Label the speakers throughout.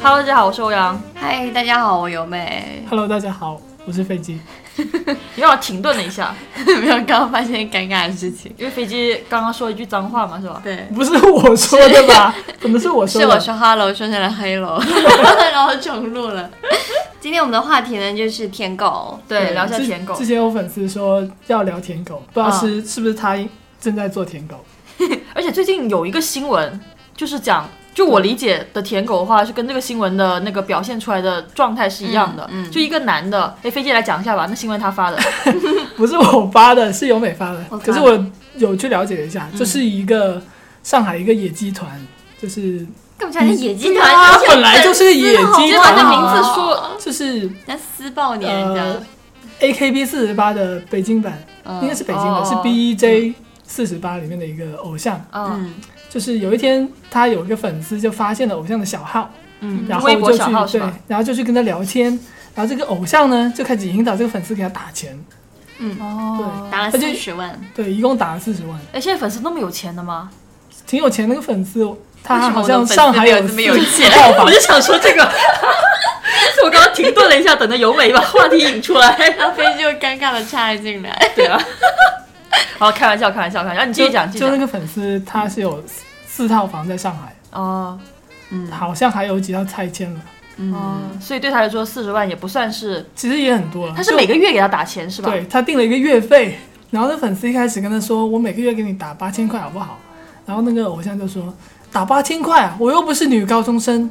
Speaker 1: Hello，大家好，我是欧阳。
Speaker 2: 嗨，大家好，我尤美。
Speaker 3: Hello，大家好，我是飞机。
Speaker 1: 你让我停顿了一下，
Speaker 2: 没有，刚刚发现尴尬的事情。
Speaker 1: 因为飞机刚刚说一句脏话嘛，是吧？
Speaker 2: 对，
Speaker 3: 不是我说的吧？怎么是我说
Speaker 2: 是
Speaker 3: 的？
Speaker 2: 我说 hello，说成了 hello，然后重录了。今天我们的话题呢，就是舔狗。
Speaker 1: 对，聊一下舔狗
Speaker 3: 之。之前有粉丝说要聊舔狗，不知道
Speaker 1: 嗯
Speaker 3: 是、是不是他正在做舔狗？
Speaker 1: 而且最近有一个新闻，就是讲，就我理解的舔狗的话，是跟这个新闻的那个表现出来的状态是一样的。
Speaker 2: 嗯嗯
Speaker 1: 就一个男的，哎，飞机来讲一下吧，那新闻他 发的，
Speaker 3: 不是我发的，是由美发的。
Speaker 2: 我发的嗯
Speaker 3: 可是我有去了解一下，就是一个上海一个野鸡团，就是
Speaker 2: 根本就像是野鸡
Speaker 3: 对
Speaker 2: 团，
Speaker 3: 啊
Speaker 2: 而且
Speaker 3: 本来就是野
Speaker 1: 直
Speaker 3: 鸡
Speaker 1: 接把
Speaker 3: 团
Speaker 1: 这名
Speaker 3: 啊，
Speaker 1: 字说，
Speaker 3: 就是
Speaker 2: 人家撕爆你人
Speaker 3: 呃
Speaker 2: 家。
Speaker 3: AKB 四十八的北京版，呃
Speaker 2: 嗯
Speaker 3: 应该是北京
Speaker 1: 哦
Speaker 3: 的，是 BEJ 四十八里面的一个偶像。
Speaker 1: 嗯，
Speaker 2: 嗯
Speaker 3: 就是有一天，他有一个粉丝就发现了偶像的小号，
Speaker 1: 嗯
Speaker 3: 然后
Speaker 1: 微博
Speaker 3: 就去
Speaker 1: 小号是
Speaker 3: 对
Speaker 1: 吧？，
Speaker 3: 然后就去跟他聊天，然后这个偶像呢就开始引导这个粉丝给他打钱，
Speaker 2: 嗯，
Speaker 1: 哦，
Speaker 2: 打了
Speaker 3: 而且
Speaker 2: 四十万，
Speaker 3: 对，一共打了四十万，
Speaker 1: 哎，现在粉丝那么有钱的吗？
Speaker 3: 挺有钱那个粉丝，
Speaker 2: 为什
Speaker 3: 他
Speaker 2: 么
Speaker 3: 好
Speaker 2: 我的
Speaker 3: 像
Speaker 2: 粉丝
Speaker 3: 上海
Speaker 2: 没有这
Speaker 3: 四
Speaker 2: 么有
Speaker 3: 十
Speaker 2: 钱
Speaker 3: 号吧
Speaker 1: 哦 我，就想说这个，所以我刚刚停顿了一下，等着尤 美把话题引出来。
Speaker 2: 然后飞机就尴尬的插了进来。
Speaker 1: 对啊，好，开玩笑，开玩笑，开啊玩笑，你继续讲，继续
Speaker 3: 就那
Speaker 1: 讲。
Speaker 3: 个粉丝他是有四四套房在上海，
Speaker 1: 哦
Speaker 2: 嗯
Speaker 3: 好像还有几套拆迁
Speaker 1: 哦
Speaker 3: 了，
Speaker 2: 嗯，，
Speaker 1: 所以对他来说，四十万也不算是，
Speaker 3: 其实也很多了。
Speaker 1: 他是
Speaker 3: 就
Speaker 1: 每个月给他打钱是吧？
Speaker 3: 对他定了一个月费，然后那粉丝一开始跟他说：“我每个月给你打八千块，好不好？”然后那个偶像就说：“打八千块啊，我又不是女高中生。”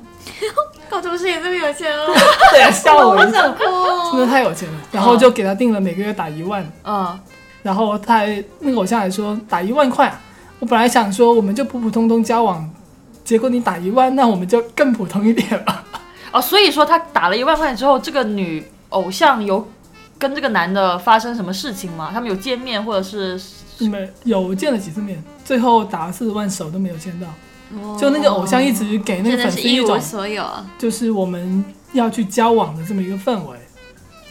Speaker 2: 高中生也这么有钱哦，
Speaker 3: 对啊，吓我一跳
Speaker 2: 想，哭哦。
Speaker 3: 真的太有钱了。然后就给他定了每个月打一万，
Speaker 1: 嗯，
Speaker 3: 然后他还那个偶像还说打一万块啊，我本来想说我们就普普通通交往，结果你打一万，那我们就更普通一点吧。
Speaker 1: 哦，所以说他打了一万块钱之后，这个女偶像有跟这个男的发生什么事情吗？他们有见面或者是？
Speaker 3: 你们有见了几次面？最后打了四十万手都没有见到，就那个偶像一直给那
Speaker 2: 真
Speaker 3: 个
Speaker 2: 的
Speaker 3: 粉
Speaker 2: 是
Speaker 3: 丝
Speaker 2: 一
Speaker 3: 一种
Speaker 2: 无所有啊。
Speaker 3: 就是我们要去交往的这么一个氛围。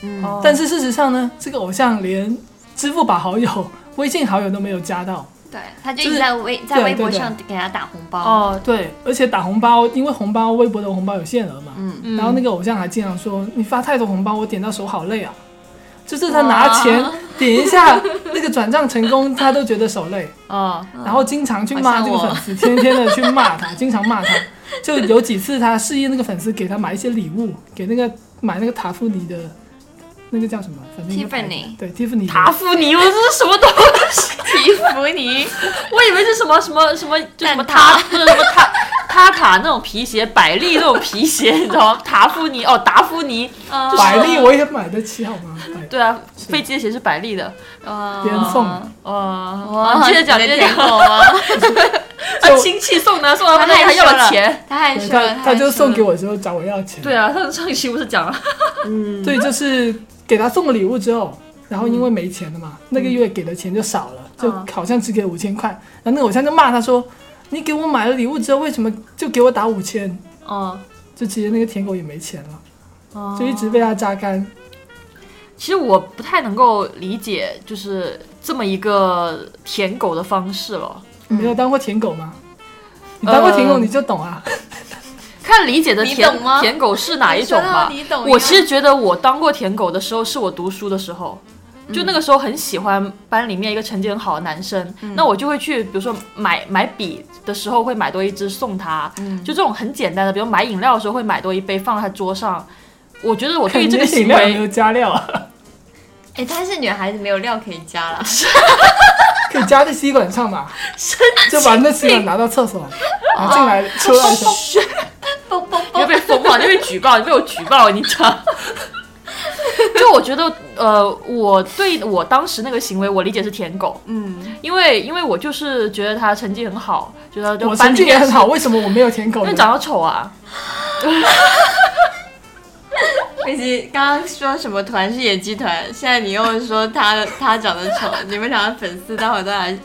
Speaker 2: 嗯
Speaker 1: 哦
Speaker 3: 但是事实上呢，这个偶像连支付宝好友、微信好友都没有加到。
Speaker 2: 对，他就
Speaker 3: 就
Speaker 2: 一直
Speaker 3: 是
Speaker 2: 在微在
Speaker 3: 对
Speaker 2: 微博
Speaker 3: 对对
Speaker 2: 上给他打红包。
Speaker 1: 哦，
Speaker 3: 对，而且打红包，因为红包微博的红包有限额嘛，
Speaker 2: 嗯，
Speaker 1: 嗯
Speaker 3: 然后那个偶像还经常说：“你发太多红包，我点到手好累啊。”就是他拿钱
Speaker 2: 哇
Speaker 3: 点一下那个转账成功，他都觉得手累，
Speaker 1: 哦，
Speaker 2: 嗯
Speaker 3: 然后经常去
Speaker 2: 好
Speaker 3: 骂
Speaker 2: 像
Speaker 3: 这个
Speaker 2: 我
Speaker 3: 粉丝，天天的去 骂他，经常骂他。就有几次他示意那个粉丝给他买一些礼物，给那个买那个塔芙妮的，那个叫什么？反正一个牌子
Speaker 2: Tiffany
Speaker 3: 对 Tiffany 的
Speaker 1: 塔芙妮，我这是什么东西？
Speaker 2: 皮芙妮，
Speaker 1: 我以为是什么什么什么，就什么
Speaker 2: 蛋
Speaker 1: 塔，
Speaker 2: 挞
Speaker 1: 不是什么塔 塔塔那种皮鞋，百丽那种皮鞋，你知 道吗？塔芙妮哦，达芙妮，
Speaker 2: 哦
Speaker 3: 百丽我也买得起好吗？百
Speaker 1: 对啊，飞机的鞋是百丽的。
Speaker 2: 哇
Speaker 3: 别人送的
Speaker 1: 哦，
Speaker 2: 哇，
Speaker 1: 你接着讲，接着
Speaker 2: 舔
Speaker 1: 讲。
Speaker 2: 狗啊！
Speaker 1: 啊，亲戚送的，送到
Speaker 2: 他
Speaker 1: 那里还
Speaker 2: 害羞
Speaker 1: 要了
Speaker 2: 了
Speaker 1: 钱。，
Speaker 2: 他害
Speaker 3: 对
Speaker 2: 羞了
Speaker 3: 他，他就送给
Speaker 2: 我，
Speaker 3: 我的时候找我要钱。
Speaker 1: 对啊，上上一期不是讲了？
Speaker 2: 嗯，
Speaker 3: 对，就是给他送了礼物之后，然后因为没钱了嘛，那个月给的钱就少了，就
Speaker 1: 嗯
Speaker 3: 好像只给五千块。然后那个偶像就骂他说：“你给我买了礼物之后，为什么就给我打五千
Speaker 1: 哦、？”
Speaker 3: 就其实那个舔狗也没钱了，
Speaker 1: 哦
Speaker 3: 就一直被他榨干。
Speaker 1: 其实我不太能够理解，就是这么一个舔狗的方式了。
Speaker 3: 你没有当过舔狗吗？
Speaker 1: 呃
Speaker 3: 你当过舔狗你就懂啊。
Speaker 1: 看理解的
Speaker 2: 你
Speaker 1: 舔
Speaker 2: 懂吗
Speaker 1: 舔狗是哪一种吧
Speaker 2: 你说到你懂？呀
Speaker 1: 我其实觉得我当过舔狗的时候，是我读书的时候。
Speaker 2: 嗯
Speaker 1: 就那个时候很喜欢班里面一个成绩很好的男生，
Speaker 2: 嗯
Speaker 1: 那我就会去，比如说买买笔的时候会买多一支送他，
Speaker 2: 嗯
Speaker 1: 就这种很简单的，比如买饮料的时候会买多一杯放在他桌上。我觉得我对于
Speaker 3: 你
Speaker 1: 这个
Speaker 3: 的饮
Speaker 1: 行
Speaker 3: 料有没
Speaker 1: 为
Speaker 3: 有加料啊？
Speaker 2: 哎，她是女孩子，没有料可以加 了。
Speaker 3: 可以加在吸管 上嘛？就把那吸管拿到厕所，拿进来出来的时候，
Speaker 2: 嘣嘣
Speaker 1: 你会
Speaker 2: 嘣！
Speaker 1: 被封号，你会被举报，你被我举报，你知道？ 就我觉得，呃，我对我当时那个行为，我理解是舔狗，
Speaker 2: 嗯，
Speaker 1: 因为因为我就是觉得他成绩很好，觉得 就
Speaker 3: 我
Speaker 1: 班
Speaker 3: 成
Speaker 1: 里
Speaker 3: 绩也
Speaker 1: 面
Speaker 3: 很好，为什么我没有舔狗
Speaker 1: 因为
Speaker 3: 呢？
Speaker 1: 长得丑啊，
Speaker 2: 飞机刚刚说什么团是野鸡团，现在你又说他他长得丑，你们俩粉丝待会儿都来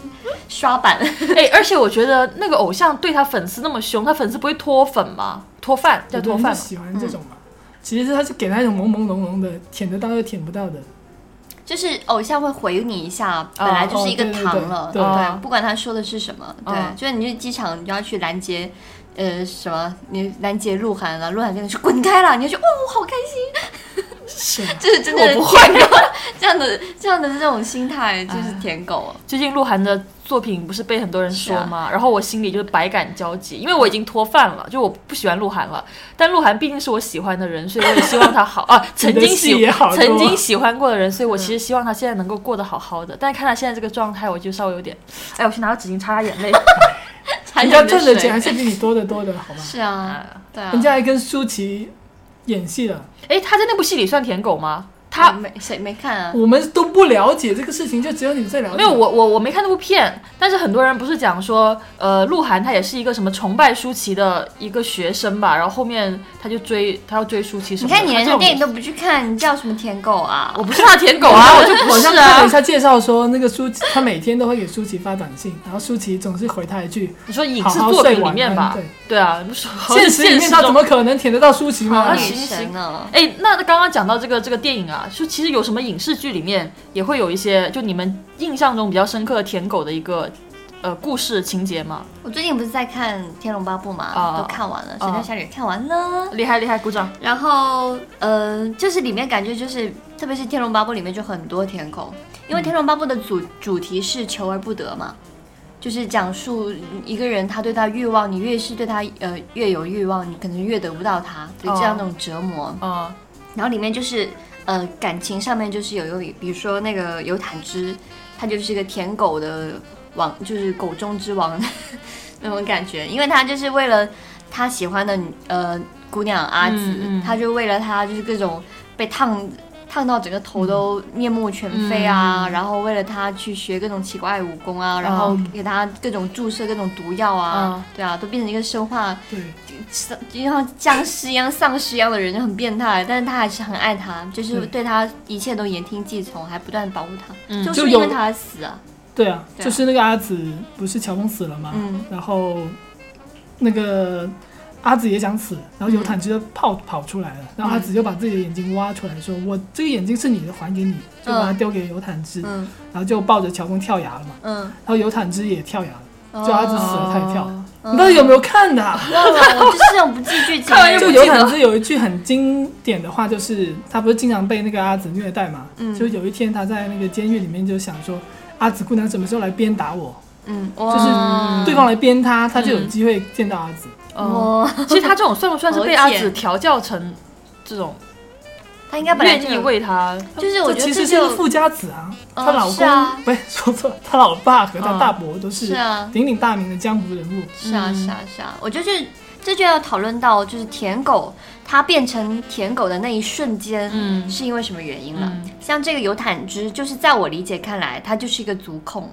Speaker 2: 刷版。
Speaker 1: 哎，而且我觉得那个偶像对他粉丝那么凶，他粉丝不会脱粉吗？脱饭叫
Speaker 3: 有的
Speaker 1: 脱
Speaker 3: 人
Speaker 1: 饭
Speaker 3: 就
Speaker 1: 吗？
Speaker 3: 喜欢这种嘛。其实他是给他一种朦朦胧胧的，舔得到又舔不到的。
Speaker 2: 就是偶像会回你一下，本来就是一个糖了，
Speaker 3: 哦对对对
Speaker 1: 对
Speaker 2: 不管他说的是什么，对，
Speaker 1: 嗯
Speaker 2: 就是你去机场你就要去拦截呃什么，你拦截鹿晗了，鹿晗跟你说滚开了，你就觉得哦我好开心，
Speaker 3: 是 啊，
Speaker 2: 这是真的
Speaker 1: 我不
Speaker 2: 会 这样的这样的这种心态就是舔狗，
Speaker 1: 最近鹿晗的作品不是被很多人
Speaker 3: 啊
Speaker 1: 说吗？然后我心里就是百感交集，因为我已经脱饭了，就我不喜欢鹿晗了。但鹿晗毕竟是我喜欢的人，所以我也希望他 好啊。曾
Speaker 3: 你的
Speaker 1: 经
Speaker 3: 戏
Speaker 1: 喜
Speaker 3: 也好多嗯
Speaker 1: 曾经喜欢过的人，所以我其实希望他现在能够过得好好的。但是看他现在这个状态，我就稍微有点，哎，我去拿个纸巾擦擦眼 泪。
Speaker 2: 才
Speaker 3: 人家赚的钱还是比你多得多的， 好吗？
Speaker 2: 是啊，对啊，
Speaker 3: 人家还跟舒淇演戏了，
Speaker 1: 哎，他在那部戏里算舔狗吗？他
Speaker 2: 我
Speaker 3: 嗯
Speaker 2: 没谁没看啊，
Speaker 3: 我们都不了解这个事情，就只有你最了解。
Speaker 1: 没有，我我我没看那部片，但是很多人不是讲说，呃，鹿晗他也是一个什么崇拜舒淇的一个学生吧，然后后面他就追，他要追舒淇什
Speaker 2: 你
Speaker 1: 么的。
Speaker 2: 看你连
Speaker 1: 这
Speaker 2: 他
Speaker 1: 种
Speaker 2: 电影都不去看，你叫什么舔狗啊？
Speaker 1: 我不是他的舔狗啊， 我就不
Speaker 3: 好像
Speaker 1: 是
Speaker 3: 看了
Speaker 1: 啊
Speaker 3: 一。下介绍说，那个舒淇，他每天都会给舒淇发短信，然后舒淇总是回他一句
Speaker 1: 你说影
Speaker 3: 好
Speaker 1: 视
Speaker 3: 好
Speaker 1: 作
Speaker 3: 睡
Speaker 1: 品里
Speaker 3: 晚
Speaker 1: 面
Speaker 3: 安
Speaker 1: 吧，对啊，你说
Speaker 3: 对，现实里面他怎么可能舔得到舒淇
Speaker 2: 好
Speaker 3: 吗
Speaker 1: 啊？
Speaker 2: 女
Speaker 1: 行
Speaker 2: 神呢？
Speaker 1: 哎，那刚刚讲到这个这个电影啊，就其实有什么影视剧里面也会有一些，就你们印象中比较深刻的舔狗的一个呃故事情节嘛？
Speaker 2: 我最近不是在看《天龙八部》嘛，
Speaker 1: 啊
Speaker 2: 都看完了，《
Speaker 1: 啊
Speaker 2: 神雕侠侣》看完了，
Speaker 1: 厉害厉害，鼓掌！
Speaker 2: 然后呃，就是里面感觉就是，特别是《天龙八部》里面就很多舔狗，因为《天龙八部》的主主题是求而不得嘛。就是讲述一个人他对他欲望，你越是对他呃越有欲望，你可能越得不到他，所以这样那种折磨。
Speaker 1: 嗯
Speaker 2: 然后里面就是呃感情上面就是有有，比如说那个有坦之，他就是一个舔狗的王，就是狗中之王 那种感觉，因为他就是为了他喜欢的女呃姑娘阿紫，
Speaker 1: 嗯嗯
Speaker 2: 他就为了她就是各种被烫。烫到整个头
Speaker 1: 嗯
Speaker 2: 都面目全非啊！然后为了她去学各种奇怪武功啊，然后给她各种注射各种毒药啊，
Speaker 1: 嗯
Speaker 2: 对啊，都变成一个生化
Speaker 3: 对，
Speaker 2: 就像僵尸一样、丧尸一样的人，就很变态，但是他还是很爱他，就是
Speaker 3: 嗯
Speaker 2: 对他一切都言听计从，还不断保护他，
Speaker 1: 嗯
Speaker 2: 就
Speaker 3: 就是有
Speaker 2: 因为他而死啊。
Speaker 3: 对啊，
Speaker 2: 对啊
Speaker 3: 就是那个阿紫不是乔峰死了吗？
Speaker 2: 嗯
Speaker 3: 然后那个阿紫也想死，然后有坦之就跑、跑出来
Speaker 1: 嗯
Speaker 3: 了，然后阿紫就把自己的眼睛挖出来说：“我这个眼睛是你的，还给你。”就把它丢给有坦之，
Speaker 2: 嗯
Speaker 3: 然后就抱着乔峰跳崖了嘛。
Speaker 2: 嗯，
Speaker 3: 然后有坦之也跳崖了，就阿紫死了，他也跳。
Speaker 1: 哦
Speaker 2: 哦
Speaker 3: 你到底有没有看的、啊？
Speaker 2: 忘了，我就是这种不记剧情
Speaker 1: 看完
Speaker 2: 的
Speaker 1: 又
Speaker 3: 就
Speaker 1: 不
Speaker 2: 人。
Speaker 1: 记
Speaker 3: 有
Speaker 1: 得
Speaker 3: 坦之有一句很经典的话，就是他不是经常被那个阿紫虐待嘛？
Speaker 2: 嗯
Speaker 3: 就有一天他在那个监狱里面就想说，阿紫姑娘什么时候来鞭打我？
Speaker 2: 嗯，
Speaker 3: 就是
Speaker 2: 哇
Speaker 3: 对方来鞭他，他就有
Speaker 1: 嗯
Speaker 3: 机会见到阿紫。
Speaker 1: 嗯，
Speaker 2: 哇，
Speaker 1: 其实他这种算不算是被阿
Speaker 2: 好
Speaker 1: 紫
Speaker 2: 贱
Speaker 1: 调教成这种
Speaker 2: 他应该本来
Speaker 1: 愿
Speaker 2: 就
Speaker 1: 意
Speaker 2: 有，
Speaker 1: 为他？
Speaker 2: 就是我
Speaker 3: 这
Speaker 2: 觉
Speaker 3: 其
Speaker 2: 得
Speaker 3: 实
Speaker 2: 这
Speaker 3: 是个
Speaker 2: 就
Speaker 3: 富家子啊，
Speaker 2: 嗯
Speaker 3: 她老
Speaker 2: 是
Speaker 3: 公、
Speaker 2: 啊
Speaker 3: 不是说错，了，她老爸和她
Speaker 1: 嗯
Speaker 3: 大伯都是
Speaker 2: 是啊
Speaker 3: 鼎鼎大名的江湖人物。
Speaker 2: 是啊是啊是啊，我就是这就要讨论到就是舔狗，他变成舔狗的那一瞬间，
Speaker 1: 嗯
Speaker 2: 是因为什么原因了？
Speaker 1: 嗯
Speaker 2: 像这个有坦之，就是在我理解看来，他就是一个足控，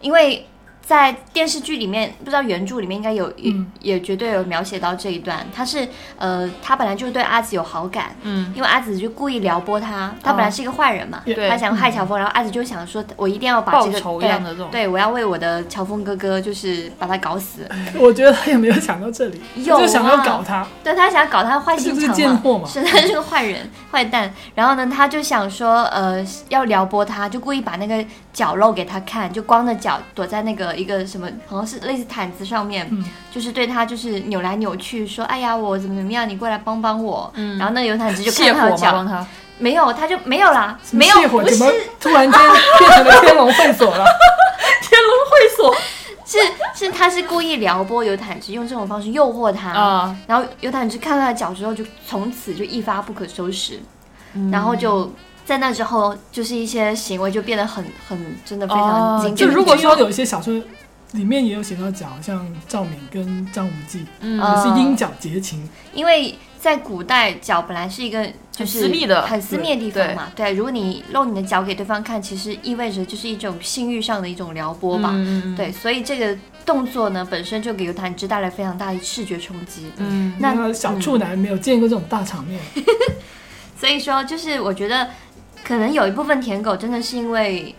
Speaker 2: 因为在电视剧里面，不知道原著里面应该有也、
Speaker 3: 嗯
Speaker 2: 也绝对有描写到这一段，他是呃，他本来就是对阿紫有好感。
Speaker 1: 嗯，
Speaker 2: 因为阿紫就故意撩拨他，他本来是一个坏人嘛，
Speaker 1: 哦对
Speaker 2: 他想害乔峰，然后阿紫就想说，我一定要把
Speaker 1: 报
Speaker 2: 这个
Speaker 1: 仇一
Speaker 2: 对
Speaker 1: 样的这种
Speaker 2: 对我要为我的乔峰哥哥就是把他搞死，
Speaker 3: 我觉得他也没有想到这里，
Speaker 2: 有啊
Speaker 3: 就想要搞他。
Speaker 2: 对他想要搞他坏心肠
Speaker 3: 他就是个贱货嘛
Speaker 2: 是他是个坏人坏蛋。然后呢，他就想说，呃，要撩拨他，就故意把那个脚露给他看，就光着脚躲在那个一个什么，好像是类似毯子上面，
Speaker 3: 嗯
Speaker 2: 就是对他就是扭来扭去，说，哎呀，我怎么怎么样，你过来帮帮我。
Speaker 1: 嗯
Speaker 2: 然后那个有毯子就
Speaker 1: 泻
Speaker 2: 看
Speaker 1: 火嘛，
Speaker 2: 他的
Speaker 1: 帮
Speaker 2: 脚，
Speaker 1: 他。
Speaker 2: 没有，他就没有啦，
Speaker 3: 什么
Speaker 2: 没有
Speaker 3: 泻，火
Speaker 2: 不
Speaker 3: 怎
Speaker 2: 是
Speaker 3: 么突然间变成了天龙会 所了？
Speaker 1: 天龙会所
Speaker 2: 是是，他是故意撩拨有毯子，用这种方式诱惑他。
Speaker 1: 啊，
Speaker 2: 然后尤坦之看到他的脚之后，就从此就一发不可收拾，
Speaker 1: 嗯
Speaker 2: 然后就在那之后，就是一些行为就变得很很真的非常
Speaker 1: 哦
Speaker 2: 经典。
Speaker 1: 就如果说
Speaker 3: 有一些小说里面也有写到脚，像赵敏跟张无忌
Speaker 1: 嗯
Speaker 3: 也是
Speaker 2: 啊
Speaker 3: 因脚结情，
Speaker 2: 因为在古代，脚本来是一个就是
Speaker 1: 很私密的
Speaker 2: 很私密的地方嘛。对，如果你露你的脚给对方看，其实意味着就是一种性欲上的一种撩拨嘛。
Speaker 1: 嗯，
Speaker 2: 对，所以这个动作呢，本身就给尤坦之带来非常大的视觉冲击。
Speaker 1: 嗯
Speaker 2: 那
Speaker 3: 那小处男没有见过这种大场面，
Speaker 2: 所以说，就是我觉得，可能有一部分舔狗真的是因为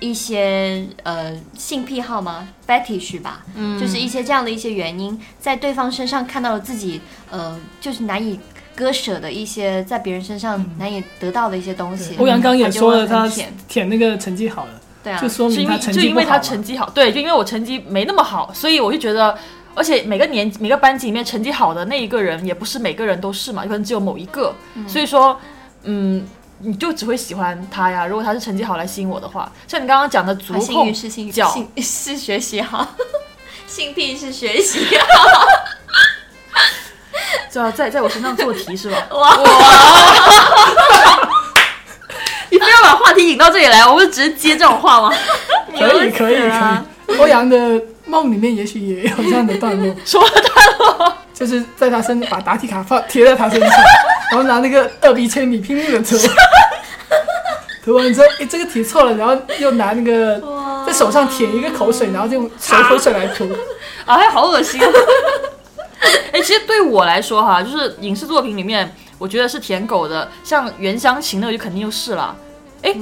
Speaker 2: 一些呃性癖好吗，fetish 吧，
Speaker 1: 嗯
Speaker 2: 就是一些这样的一些原因，在对方身上看到了自己呃就是难以割舍的一些，在别人身上
Speaker 1: 嗯
Speaker 2: 难以得到的一些东西
Speaker 3: 对。欧阳刚也说了，
Speaker 2: 他
Speaker 3: 他
Speaker 2: 就会很舔
Speaker 3: 舔那个成绩好了，
Speaker 2: 对啊
Speaker 3: 就，说
Speaker 1: 是
Speaker 3: 明
Speaker 1: 因为
Speaker 3: 他成
Speaker 1: 就
Speaker 3: 绩
Speaker 1: 因
Speaker 3: 不
Speaker 1: 为
Speaker 3: 好
Speaker 1: 他
Speaker 3: 嘛。
Speaker 1: 成绩好，对，就因为我成绩没那么好，所以我就觉得而且每个年每个班级里面成绩好的那一个人，也不是每个人都是嘛，有可能只有某一个。所以说，嗯，你就只会喜欢他呀。如果他是成绩好来吸引我的话，像你刚刚讲的足
Speaker 2: 啊性
Speaker 1: 控
Speaker 2: 欲是性
Speaker 1: 脚
Speaker 2: 性是学习好， 性癖是学习啊 好。
Speaker 1: 就要在在我身上做题是吧？
Speaker 2: 哇
Speaker 1: 你非要把话题引到这里来，我们只是接这种话吗？
Speaker 3: 可以可以可
Speaker 2: 啊
Speaker 3: 以。欧阳的梦里面也许也有这样的段落，
Speaker 1: 什么
Speaker 3: 就是在他身把答题卡放贴在他身上，然后拿那个二 B 铅笔拼命的涂， 涂完之后，哎，这个题错了，然后又拿那个在手上舔一个口水，然后就用手口水来涂。
Speaker 1: 哎，好恶心、啊！ 哎，其实对我来说哈，就是影视作品里面，我觉得是舔狗的，像《原乡情》那个就肯定就是了。哎，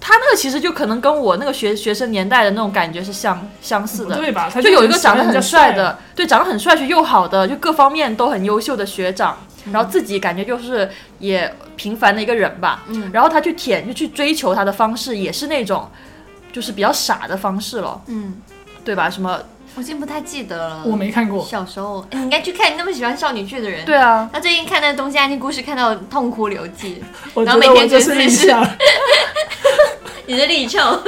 Speaker 1: 他那个其实就可能跟我那个学学生年代的那种感觉是相相似的。
Speaker 3: 对吧？他
Speaker 1: 就有一个长得
Speaker 3: 喜欢人
Speaker 1: 很
Speaker 3: 家
Speaker 1: 帅
Speaker 3: 帅
Speaker 1: 的，，对，长得很帅却又好的，就各方面都很优秀的学长，然后自己感觉就是也平凡的一个人吧。嗯，然后他去舔，就去追求他的方式也是那种，就是比较傻的方式了，
Speaker 2: 嗯，
Speaker 1: 对吧？什么？
Speaker 2: 我已经不太记得了。
Speaker 3: 我没看过。
Speaker 2: 小时候，哎你应该去看你那么喜欢少女剧的人。
Speaker 1: 对。啊，
Speaker 2: 他最近看那《东西爱情故事》，看到痛哭流涕，
Speaker 1: 嗯
Speaker 3: 我
Speaker 2: 然
Speaker 3: 觉
Speaker 2: 后
Speaker 3: 得
Speaker 2: 每
Speaker 3: 我
Speaker 2: 天觉
Speaker 3: 就
Speaker 2: 得自
Speaker 3: 是
Speaker 2: 己
Speaker 3: 印
Speaker 2: 是
Speaker 3: 象，
Speaker 2: 你是立臭，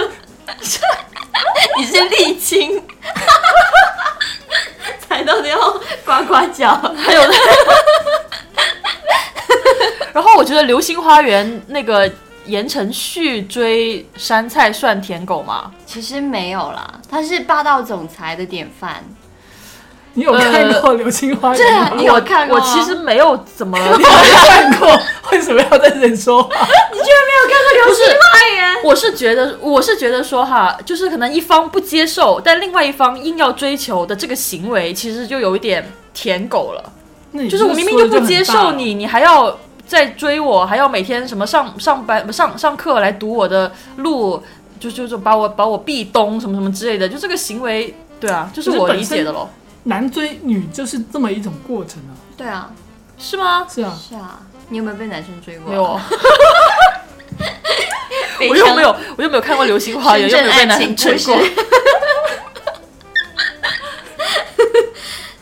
Speaker 2: 你是沥青，踩到都要呱呱叫。
Speaker 1: 还有，然后我觉得《流星花园》那个言承旭追山菜算舔狗吗？
Speaker 2: 其实没有啦，他是霸道总裁的典范。
Speaker 3: 你有看
Speaker 1: 呃
Speaker 3: 过《流星花园》
Speaker 1: 啊
Speaker 3: 吗？
Speaker 2: 你有看过
Speaker 1: 我
Speaker 2: 吗
Speaker 1: 其实没有怎么，
Speaker 3: 你没看过，为什么要在这里说话？
Speaker 1: 不是，
Speaker 2: 花园，
Speaker 1: 我是觉得，我是觉得说哈，就是可能一方不接受，但另外一方硬要追求的这个行为，其实就有一点舔狗了。
Speaker 3: 那你
Speaker 1: 就是我明明
Speaker 3: 说
Speaker 1: 就
Speaker 3: 得
Speaker 1: 不
Speaker 3: 很
Speaker 1: 接
Speaker 3: 大
Speaker 1: 受，你，你还要再追我，还要每天什么上上班不上上课来堵我的路，就就就把我把我壁咚什么什么之类的，就这个行为，对啊，就是
Speaker 3: 可是
Speaker 1: 我
Speaker 3: 本
Speaker 1: 理解
Speaker 3: 身
Speaker 1: 的咯，
Speaker 3: 男追女就是这么一种过程啊。
Speaker 2: 对啊，
Speaker 1: 是吗？
Speaker 3: 是啊，
Speaker 2: 是啊。你有没有被男生追过？
Speaker 1: 没有，
Speaker 2: 非
Speaker 1: 我
Speaker 2: 常
Speaker 1: 又没有，我又没有看过《流星花园
Speaker 2: 深》，
Speaker 1: 又没
Speaker 2: 圳
Speaker 1: 有被
Speaker 2: 爱
Speaker 1: 男
Speaker 2: 情
Speaker 1: 人
Speaker 2: 故
Speaker 1: 追
Speaker 2: 事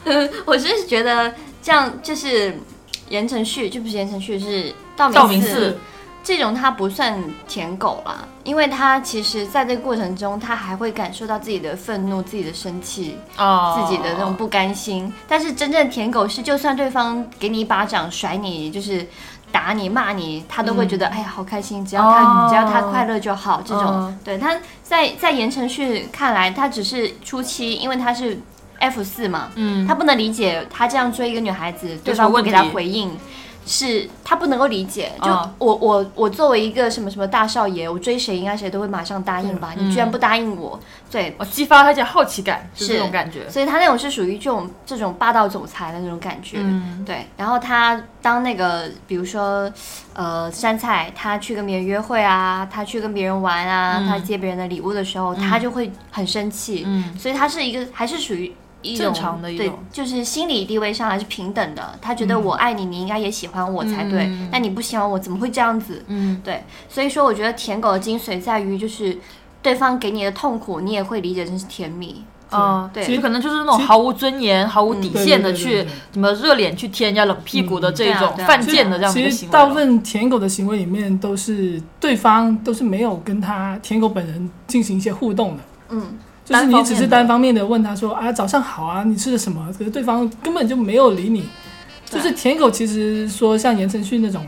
Speaker 1: 过。
Speaker 2: 我是觉得这样就是言承旭，就不是言承旭，是道
Speaker 1: 道
Speaker 2: 明
Speaker 1: 明
Speaker 2: 寺
Speaker 1: 寺
Speaker 2: 这种，他不算舔狗啦，因为他其实在这个过程中，他还会感受到自己的愤怒、自己的生气、
Speaker 1: 啊，
Speaker 2: 自己的那种不甘心。但是真正舔狗是，就算对方给你一巴掌、甩你，就是打你、骂你，他都会觉得、哎呀好开心，只要他、
Speaker 1: 哦
Speaker 2: 只要他快乐就好。这种、
Speaker 1: 嗯
Speaker 2: 对他在在言承旭看来，他只是初期，因为他是 F 四嘛，
Speaker 1: 嗯，
Speaker 2: 他不能理解他这样追一个女孩子，对
Speaker 1: 有什么
Speaker 2: 方不
Speaker 1: 问
Speaker 2: 给
Speaker 1: 题
Speaker 2: 他回应，是他不能够理解。就
Speaker 1: 嗯
Speaker 2: 我我我作为一个什么什么大少爷，我追谁应该谁都会马上答应吧？
Speaker 1: 嗯
Speaker 2: 你居然不答应我，对。
Speaker 1: 我哦激发他一点好奇感，就是这种感觉。
Speaker 2: 所以他那种是属于这种这种霸道总裁的那种感觉，
Speaker 1: 嗯
Speaker 2: 对。然后他当那个，比如说，呃，杉菜他去跟别人约会啊，他去跟别人玩啊，他接别人的礼物的时候，他就会很生气，
Speaker 1: 嗯，
Speaker 2: 所以他是一个还是属于一种
Speaker 1: 正常的一
Speaker 2: 对
Speaker 1: 种，
Speaker 2: 就是心理地位上还是平等的。他觉得我爱你，你应该也喜欢我才对。那你不喜欢我，怎么会这样子？
Speaker 1: 嗯，
Speaker 2: 对，所以说我觉得舔狗的精髓在于就是。对方给你的痛苦，你也会理解成是甜蜜。
Speaker 1: 啊，
Speaker 2: 对
Speaker 1: 就可能就是那种毫无尊严、毫无底线的
Speaker 3: 对对
Speaker 1: 去
Speaker 3: 对对
Speaker 1: 什么热脸去贴人家冷屁股的这
Speaker 2: 嗯对啊
Speaker 1: 种
Speaker 2: 对啊
Speaker 1: 犯贱的这样的一
Speaker 3: 其
Speaker 1: 个
Speaker 3: 实
Speaker 1: 行为
Speaker 3: 大
Speaker 1: 了。
Speaker 3: 部分舔狗的行为里面，都是对方都是没有跟他舔狗本人进行一些互动的，
Speaker 2: 嗯，
Speaker 3: 就是
Speaker 1: 单方
Speaker 3: 你
Speaker 1: 面
Speaker 3: 只是
Speaker 1: 的
Speaker 3: 单方面的问他说啊早上好啊，你吃的什么？可是对方根本就没有理你。就
Speaker 2: 对
Speaker 3: 是舔狗，其实说像言承旭那种，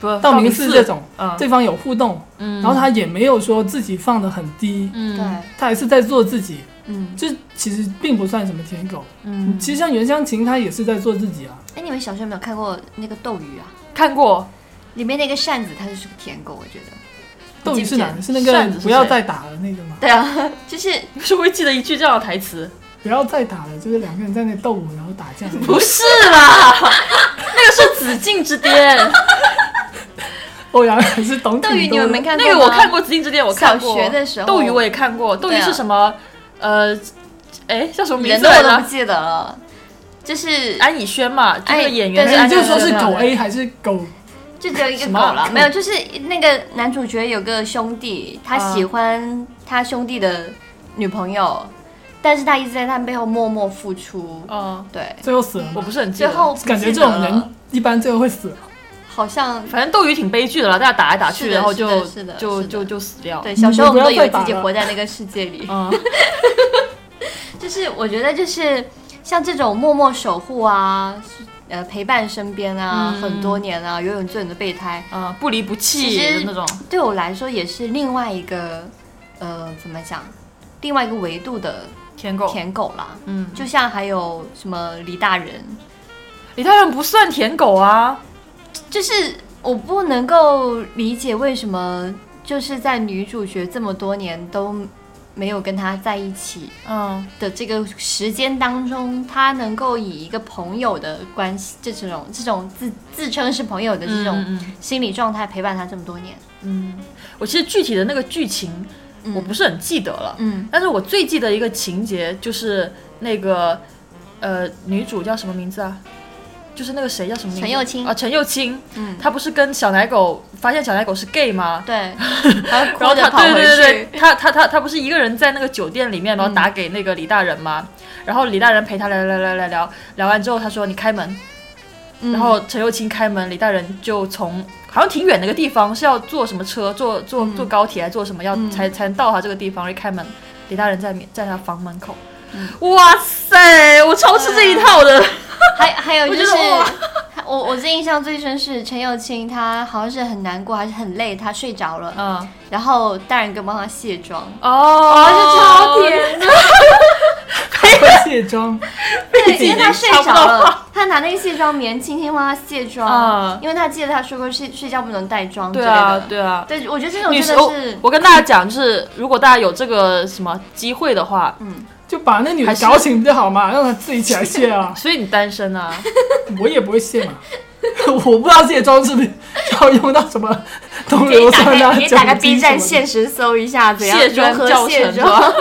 Speaker 1: 不
Speaker 3: 道明寺这种，
Speaker 1: 嗯，
Speaker 3: 对方有互动，
Speaker 1: 嗯
Speaker 3: 然后他也没有说自己放的很低，
Speaker 2: 对，
Speaker 1: 嗯
Speaker 3: 他还是在做自己，
Speaker 2: 嗯。
Speaker 3: 这其实并不算什么舔狗。
Speaker 1: 嗯，
Speaker 3: 其实像袁湘琴，她也是在做自己啊。
Speaker 2: 哎，你们小时候有没有看过那个斗鱼啊？
Speaker 1: 看过
Speaker 2: 里面那个扇子，它就是个舔狗，我觉得。
Speaker 3: 斗鱼是哪
Speaker 1: 你
Speaker 3: 个？
Speaker 1: 记不
Speaker 3: 是那
Speaker 1: 记得
Speaker 3: 个
Speaker 1: 扇子是
Speaker 3: 不要
Speaker 1: 谁
Speaker 3: 再打了那个吗？
Speaker 2: 对啊， 就是
Speaker 1: 你是会记得一句这样的台词？
Speaker 3: 不要再打了，就是两个人在那斗舞，然后打架。
Speaker 1: 不是啦， 那个是紫禁之巅，
Speaker 3: 欧阳还哦是 懂
Speaker 2: 斗鱼，
Speaker 3: 挺
Speaker 2: 你
Speaker 3: 多
Speaker 2: 们没
Speaker 3: 的。
Speaker 2: 看过
Speaker 1: 那个我
Speaker 2: 吗
Speaker 1: 看过《紫禁之巅》，我看过。
Speaker 2: 小学的时候
Speaker 1: 斗鱼我也看过，斗鱼是什么？呃，哎，叫什么名
Speaker 2: 啊人
Speaker 1: 字
Speaker 2: 都我
Speaker 1: 来
Speaker 2: 都
Speaker 1: 着
Speaker 2: 不？记得了，就是
Speaker 1: 安以轩嘛，就那
Speaker 2: 哎
Speaker 1: 个演员
Speaker 2: 对
Speaker 1: 是
Speaker 2: 对
Speaker 1: 安
Speaker 3: 你
Speaker 1: 以
Speaker 3: 就
Speaker 1: 轩。
Speaker 3: 说是
Speaker 2: 对对对
Speaker 3: 狗 A 还是狗？
Speaker 2: 就只有一个
Speaker 1: 什
Speaker 2: 狗
Speaker 1: 么
Speaker 2: 了，
Speaker 1: 狗
Speaker 2: 没有，就是那个男主角有个兄弟，他
Speaker 1: 啊
Speaker 2: 喜欢他兄弟的女朋友，但是他一直在他背后默默付出。
Speaker 1: 哦，
Speaker 2: 对，
Speaker 3: 最后死了
Speaker 1: 我
Speaker 3: 吗？
Speaker 1: 不是很记
Speaker 2: 最
Speaker 1: 得。
Speaker 2: 后不
Speaker 3: 感觉
Speaker 2: 记
Speaker 3: 这
Speaker 2: 得
Speaker 3: 种人
Speaker 2: 了
Speaker 3: 一般最后 会死。
Speaker 2: 好像
Speaker 1: 反正斗鱼挺悲剧的了，大家打来打
Speaker 2: 是
Speaker 1: 去，
Speaker 2: 的
Speaker 1: 然后
Speaker 2: 是
Speaker 1: 就
Speaker 2: 的是的
Speaker 1: 就是
Speaker 2: 的
Speaker 1: 就就死掉。
Speaker 2: 对小时候我
Speaker 3: 你
Speaker 2: 们
Speaker 3: 不
Speaker 2: 都
Speaker 3: 要
Speaker 2: 以为
Speaker 3: 再打
Speaker 2: 自己
Speaker 3: 了
Speaker 2: 活在那个世界里。
Speaker 1: 嗯，
Speaker 2: 就是我觉得就是像这种默默守护啊，呃陪伴身边啊、
Speaker 1: 嗯
Speaker 2: 很多年啊，永远做你的备胎，
Speaker 1: 呃，不离不弃
Speaker 2: 其实
Speaker 1: 的那种。
Speaker 2: 对我来说也是另外一个呃怎么讲，另外一个维度的
Speaker 1: 舔狗，
Speaker 2: 舔狗啦。
Speaker 1: 嗯，
Speaker 2: 就像还有什么李大人，
Speaker 1: 李大人不算舔狗啊，
Speaker 2: 就是我不能够理解为什么就是在女主角这么多年都没有跟他在一起
Speaker 1: 嗯，
Speaker 2: 的这个时间当中，他能够以一个朋友的关系，这种这种自自称是朋友的这种
Speaker 1: 嗯嗯
Speaker 2: 心理状态陪伴他这么多年。
Speaker 1: 嗯，我其实具体的那个剧情
Speaker 2: 嗯
Speaker 1: 我不是很记得了，
Speaker 2: 嗯
Speaker 1: 但是我最记得一个情节就是那个呃女主叫什么名字啊？就是那个谁叫什么名字？
Speaker 2: 陈又青
Speaker 1: 啊，陈又青，
Speaker 2: 嗯，
Speaker 1: 她不是跟小奶狗发现小奶狗是 gay 吗？
Speaker 2: 对，然后
Speaker 1: 然
Speaker 2: 哭
Speaker 1: 后
Speaker 2: 着
Speaker 1: 他
Speaker 2: 跑回
Speaker 1: 对
Speaker 2: 去。嗯
Speaker 1: 对对对，他他他他不是一个人在那个酒店里面，然后打给那个李大人吗？然后李大人陪他聊聊聊聊聊聊完之后，他说你开门，
Speaker 2: 嗯
Speaker 1: 然后陈又青开门，李大人就从好像挺远的一个地方，是要坐什么车，坐坐坐高铁还坐什么，要
Speaker 2: 嗯
Speaker 1: 才才能到他这个地方。一开门，李大人在面在他房门口
Speaker 2: 嗯。
Speaker 1: 哇塞！我超吃这一套的，
Speaker 2: 还还有就是
Speaker 1: 我觉得哇，
Speaker 2: 我我最印象最深是陈友清，他好像是很难过还是很累，他睡着 了，
Speaker 1: 嗯，
Speaker 2: 然后大人哥帮他卸妆，
Speaker 1: 哦，
Speaker 2: 而且超，甜的，
Speaker 3: 卸妆，
Speaker 2: 对，因为他睡
Speaker 1: 插不
Speaker 2: 着
Speaker 1: 到
Speaker 2: 了，他拿那个卸妆棉轻轻帮他卸
Speaker 1: 啊
Speaker 2: 妆，因为他记得他说过睡睡觉不能带妆之
Speaker 1: 对
Speaker 2: 类
Speaker 1: 啊
Speaker 2: 的，，
Speaker 1: 对啊，
Speaker 2: 对，我觉得这种
Speaker 1: 女
Speaker 2: 真
Speaker 1: 生，
Speaker 2: 的
Speaker 1: 我
Speaker 2: 是，
Speaker 1: 我跟大家讲，就是如果大家有这个什么机会的话，
Speaker 2: 嗯
Speaker 3: 就把那女的
Speaker 1: 还是。
Speaker 3: 搞醒不就好嘛，让她自己起来卸 啊
Speaker 1: 所以你单身啊，
Speaker 3: 我也不会卸嘛， 我不知道卸妆是不是要用到什么东
Speaker 2: 可以
Speaker 3: 硫
Speaker 2: 打
Speaker 3: 酸啊、
Speaker 2: 开可以打开
Speaker 3: 酒精
Speaker 2: B 站
Speaker 3: 什么
Speaker 2: 现实搜一下怎样
Speaker 1: 卸妆
Speaker 2: 如何
Speaker 1: 教
Speaker 2: 卸
Speaker 1: 程是
Speaker 2: 妆。
Speaker 1: 吧？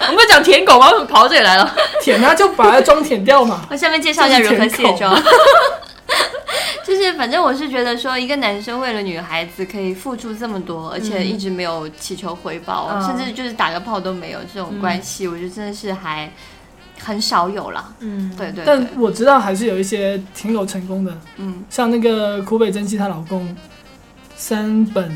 Speaker 1: 我们不是讲舔狗吗？我们跑到这里来了。
Speaker 3: 的舔啊，就把它妆舔掉嘛。
Speaker 2: 我下面介绍一下如何卸妆。 就是，反正我是觉得说，一个男生为了女孩子可以付出这么多，而且一直没有祈求回报，
Speaker 1: 嗯
Speaker 2: 甚至就是打个炮都没有这种关
Speaker 3: 嗯
Speaker 2: 系，我觉得真的是还很少有啦。
Speaker 1: 嗯，
Speaker 2: 对对对
Speaker 3: 但，我知道还是有一些挺有成功的，
Speaker 2: 嗯
Speaker 3: 像那个苦北真希她老公山本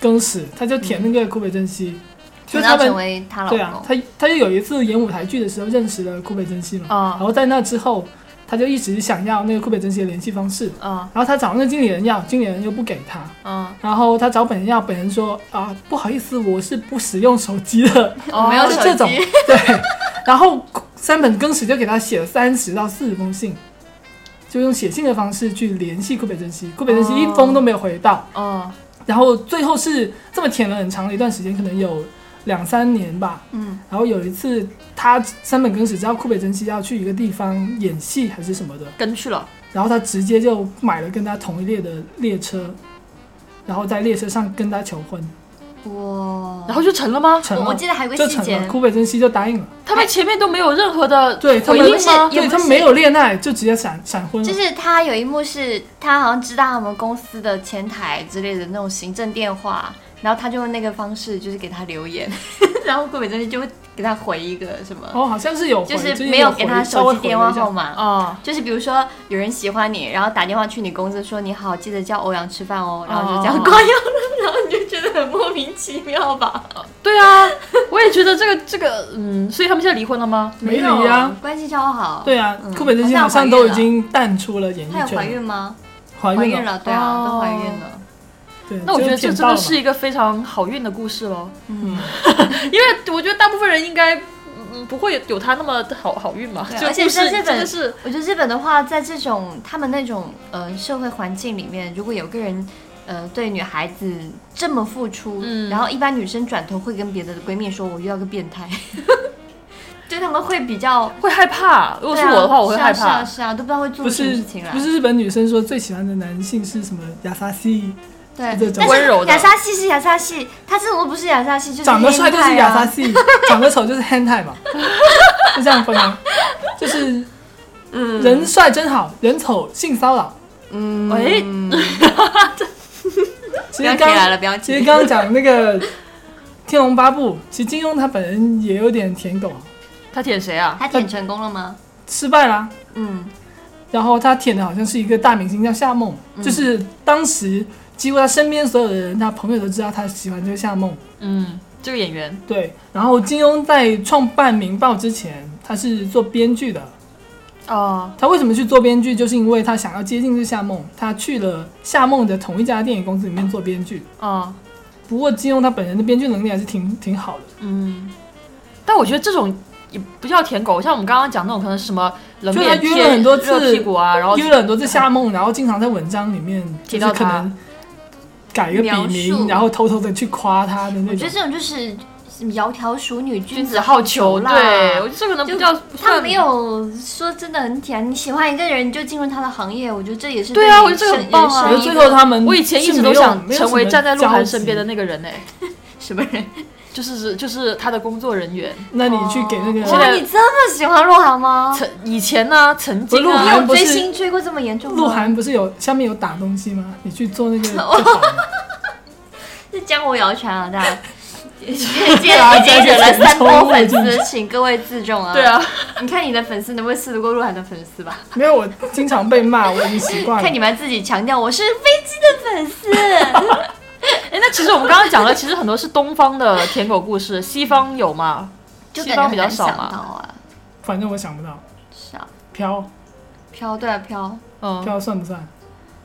Speaker 3: 耕史，他就舔那个苦北真希，就
Speaker 2: 想
Speaker 3: 他
Speaker 2: 要成
Speaker 3: 们
Speaker 2: 为她老
Speaker 3: 对啊，
Speaker 2: 公，
Speaker 3: 他他就有一次演舞台剧的时候认识了苦北真希嘛，
Speaker 2: 嗯
Speaker 3: 然
Speaker 1: 啊
Speaker 3: 后在那之后他就一直想要那个苦北真希的联系方式，
Speaker 2: 嗯
Speaker 1: 啊
Speaker 3: 然后他找那个经理人要，经理人又不给他，
Speaker 1: 啊！
Speaker 3: 然后他找本人要，本人说啊不好意思，我是不使用手机的，
Speaker 2: 我没有
Speaker 3: 哦就
Speaker 2: 手
Speaker 3: 这种
Speaker 2: 机，
Speaker 3: 对，然后山本耕史就给他写了三十到四十封信，就用写信的方式去联系库北真希，库北真希一封都没有回到，
Speaker 1: 哦，
Speaker 3: 然后最后是这么舔了很长的一段时间，可能有两三年吧。
Speaker 2: 嗯
Speaker 3: 然后有一次他山本耕史知道库北真希要去一个地方演戏还是什么的，
Speaker 1: 跟去了。
Speaker 3: 然后他直接就买了跟他同一列的列车，然后在列车上跟他求婚，
Speaker 2: 哇，
Speaker 1: 然后就成了吗？
Speaker 3: 成
Speaker 2: 我我
Speaker 3: 了
Speaker 2: 记。得还有个
Speaker 3: 就
Speaker 2: 细
Speaker 3: 成
Speaker 2: 节
Speaker 3: 了，，库北真希就答应了，
Speaker 1: 他们前面都没有任何的
Speaker 3: 对他
Speaker 1: 回
Speaker 3: 们
Speaker 1: 应
Speaker 2: 不是
Speaker 1: 吗？
Speaker 2: 也
Speaker 3: 啊对
Speaker 2: 不是
Speaker 3: 他们没有恋爱，就直接闪闪婚了。
Speaker 2: 就是他有一幕是，他好像知道他们公司的前台之类的那种行政电话，然后他就用那个方式就是给他留言， 然后郭美珍就会给他回一个什么，
Speaker 3: 哦，好像是有回，
Speaker 2: 就是
Speaker 3: 最近
Speaker 2: 没有
Speaker 3: 回
Speaker 2: 给他
Speaker 3: 稍
Speaker 2: 手
Speaker 3: 微
Speaker 2: 机
Speaker 3: 回
Speaker 2: 电
Speaker 3: 了
Speaker 2: 话
Speaker 3: 一下
Speaker 2: 号码。
Speaker 1: 啊，
Speaker 2: 就是比如说有人喜欢你，然后打电话去你公司说你好，记得叫欧阳吃饭哦，然后就这样
Speaker 1: 哦
Speaker 2: 挂掉了，然后你就觉得很莫名其妙吧？
Speaker 1: 对啊，我也觉得这个这个，嗯，所以他们现在离婚了吗？
Speaker 3: 没
Speaker 2: 有
Speaker 3: 理啊，，
Speaker 2: 哦关系超好。
Speaker 3: 对啊
Speaker 2: 嗯，
Speaker 3: 库北真希好像都已经淡出了演
Speaker 2: 她有
Speaker 3: 艺
Speaker 2: 怀
Speaker 3: 圈
Speaker 2: 孕
Speaker 3: 了，
Speaker 2: 吗？
Speaker 3: 怀
Speaker 2: 怀
Speaker 3: 孕
Speaker 2: 孕
Speaker 3: 了，
Speaker 2: 了，对啊，
Speaker 1: 哦
Speaker 2: 都怀孕了。
Speaker 3: 对，
Speaker 1: 那我觉得
Speaker 3: 就
Speaker 1: 这
Speaker 3: 舔
Speaker 1: 真
Speaker 3: 到
Speaker 1: 的
Speaker 3: 了
Speaker 1: 是
Speaker 3: 嘛。
Speaker 1: 一个非常好运的故事喽，
Speaker 3: 嗯，
Speaker 1: 因为我觉得大部分人应该。嗯，不会有有他那么好好运嘛？
Speaker 2: 对
Speaker 1: 就
Speaker 2: 而且
Speaker 1: 故事
Speaker 2: 在这本
Speaker 1: 真的是
Speaker 2: 我觉得日本的话，在这种他们那种呃社会环境里面，如果有个人呃对女孩子这么付出，
Speaker 1: 嗯
Speaker 2: 然后一般女生转头会跟别的闺蜜说：“我遇到个变态。” 就他们会比较，
Speaker 1: 会害怕。如
Speaker 2: 如
Speaker 1: 果是我的话，我会害
Speaker 2: 是啊
Speaker 1: 怕。
Speaker 2: 是啊，都不知道会做
Speaker 3: 不
Speaker 2: 出什么
Speaker 3: 是
Speaker 2: 事情来。
Speaker 3: 不是日本女生说最喜欢的男性是什么？亚萨西，这
Speaker 2: 对，
Speaker 3: 种
Speaker 2: 但
Speaker 1: 温柔
Speaker 2: 是
Speaker 1: 的
Speaker 2: 雅莎系是雅莎系，他这种都不是雅莎系，就是啊
Speaker 3: 长得帅就是亚萨
Speaker 2: 莎。
Speaker 3: 西，长得丑就是 hentai 嘛， 是这样分吗？ 就是，嗯，人帅真好，人丑性骚扰。
Speaker 2: 嗯，
Speaker 1: 喂
Speaker 3: 其
Speaker 2: 不
Speaker 3: 实
Speaker 2: 要提来了，
Speaker 3: 刚
Speaker 2: 不要
Speaker 3: 其实
Speaker 2: 提。
Speaker 3: 刚刚讲那个《天龙八部》，其实金庸他本人也有点舔狗，
Speaker 1: 他舔谁啊？
Speaker 2: 他舔成功了吗？
Speaker 3: 失败啦。
Speaker 2: 嗯
Speaker 3: 然后他舔的好像是一个大明星叫夏梦，就是当时几乎他身边所有的人，他朋友都知道他喜欢这个夏梦。
Speaker 1: 嗯，这个演员，
Speaker 3: 对，然后金庸在创办《明报》之前，他是做编剧的。
Speaker 1: 哦，
Speaker 3: 他为什么去做编剧，就是因为他想要接近这夏梦，他去了夏梦的同一家电影公司里面做编剧。
Speaker 1: 哦，
Speaker 3: 不过金庸他本人的编剧能力还是挺挺好的，
Speaker 1: 嗯，但我觉得这种也不叫舔狗，像我们刚刚讲那种可能是什么冷
Speaker 3: 就他
Speaker 1: 脸
Speaker 3: 约了
Speaker 1: 贴
Speaker 3: 很多
Speaker 1: 热
Speaker 3: 次
Speaker 1: 屁股啊，然后
Speaker 3: 因为很多次夏梦，然后经常在文章里面
Speaker 1: 提
Speaker 3: 就
Speaker 1: 到
Speaker 3: 是可
Speaker 1: 他
Speaker 3: 能改一个笔
Speaker 2: 描述
Speaker 3: 名，然后偷偷的去夸他的那
Speaker 2: 我觉得。
Speaker 3: 种
Speaker 2: 这种就是窈窕淑女，君
Speaker 1: 君
Speaker 2: 子
Speaker 1: 子
Speaker 2: 好
Speaker 1: 好
Speaker 2: 逑
Speaker 1: 逑，
Speaker 2: 啦。
Speaker 1: 对我觉得这个能
Speaker 2: 就
Speaker 1: 不叫
Speaker 2: 他
Speaker 1: 算
Speaker 2: 没有说真的很甜，你喜欢一个人你就进入他的行业，我觉得这也是
Speaker 1: 对啊
Speaker 2: 你
Speaker 1: 我觉得这个
Speaker 2: 生
Speaker 1: 很棒啊
Speaker 3: 我
Speaker 2: 人生一
Speaker 3: 觉得最
Speaker 2: 个
Speaker 3: 后他们，
Speaker 1: 我以前一直都想成为站在鹿晗身边的
Speaker 3: 那。
Speaker 1: 那个人哎，
Speaker 2: 什么人？
Speaker 1: 就是就是他的工作人员。
Speaker 3: 那你去给那个，
Speaker 1: 哦现
Speaker 2: 哇，
Speaker 1: 在
Speaker 2: 你这么喜欢鹿晗吗？
Speaker 1: 曾以前呢，曾经
Speaker 3: 不是鹿
Speaker 2: 你
Speaker 1: 啊
Speaker 3: 晗
Speaker 2: 有追星追过这么严重吗？
Speaker 3: 鹿晗不是有下面有打东西吗？你去做那个就
Speaker 1: 哦
Speaker 3: 好了。
Speaker 2: 是江湖谣传啊，大 家。今天今
Speaker 3: 大家
Speaker 2: 天惹了三波粉
Speaker 3: 加一
Speaker 2: 丝，请各位自重啊！
Speaker 1: 对，啊，
Speaker 2: 你看你的粉丝能不能撕得过鹿晗的粉丝吧？
Speaker 3: 没有，我经常被骂，我已经习惯了。
Speaker 2: 看你们自己强调我是飞机的粉丝，
Speaker 1: 哎，那其实我们刚刚讲了，其实很多是东方的舔狗故事，西方有吗？
Speaker 2: 就
Speaker 1: 西
Speaker 2: 感觉
Speaker 1: 方
Speaker 2: 很
Speaker 1: 比较
Speaker 2: 难
Speaker 1: 少
Speaker 2: 想到
Speaker 1: 嘛。
Speaker 2: 啊，
Speaker 3: 反正我想不到，
Speaker 2: 少
Speaker 3: 飘
Speaker 1: 哦
Speaker 2: 飘对啊飘，
Speaker 1: 嗯，
Speaker 3: 飘算不算？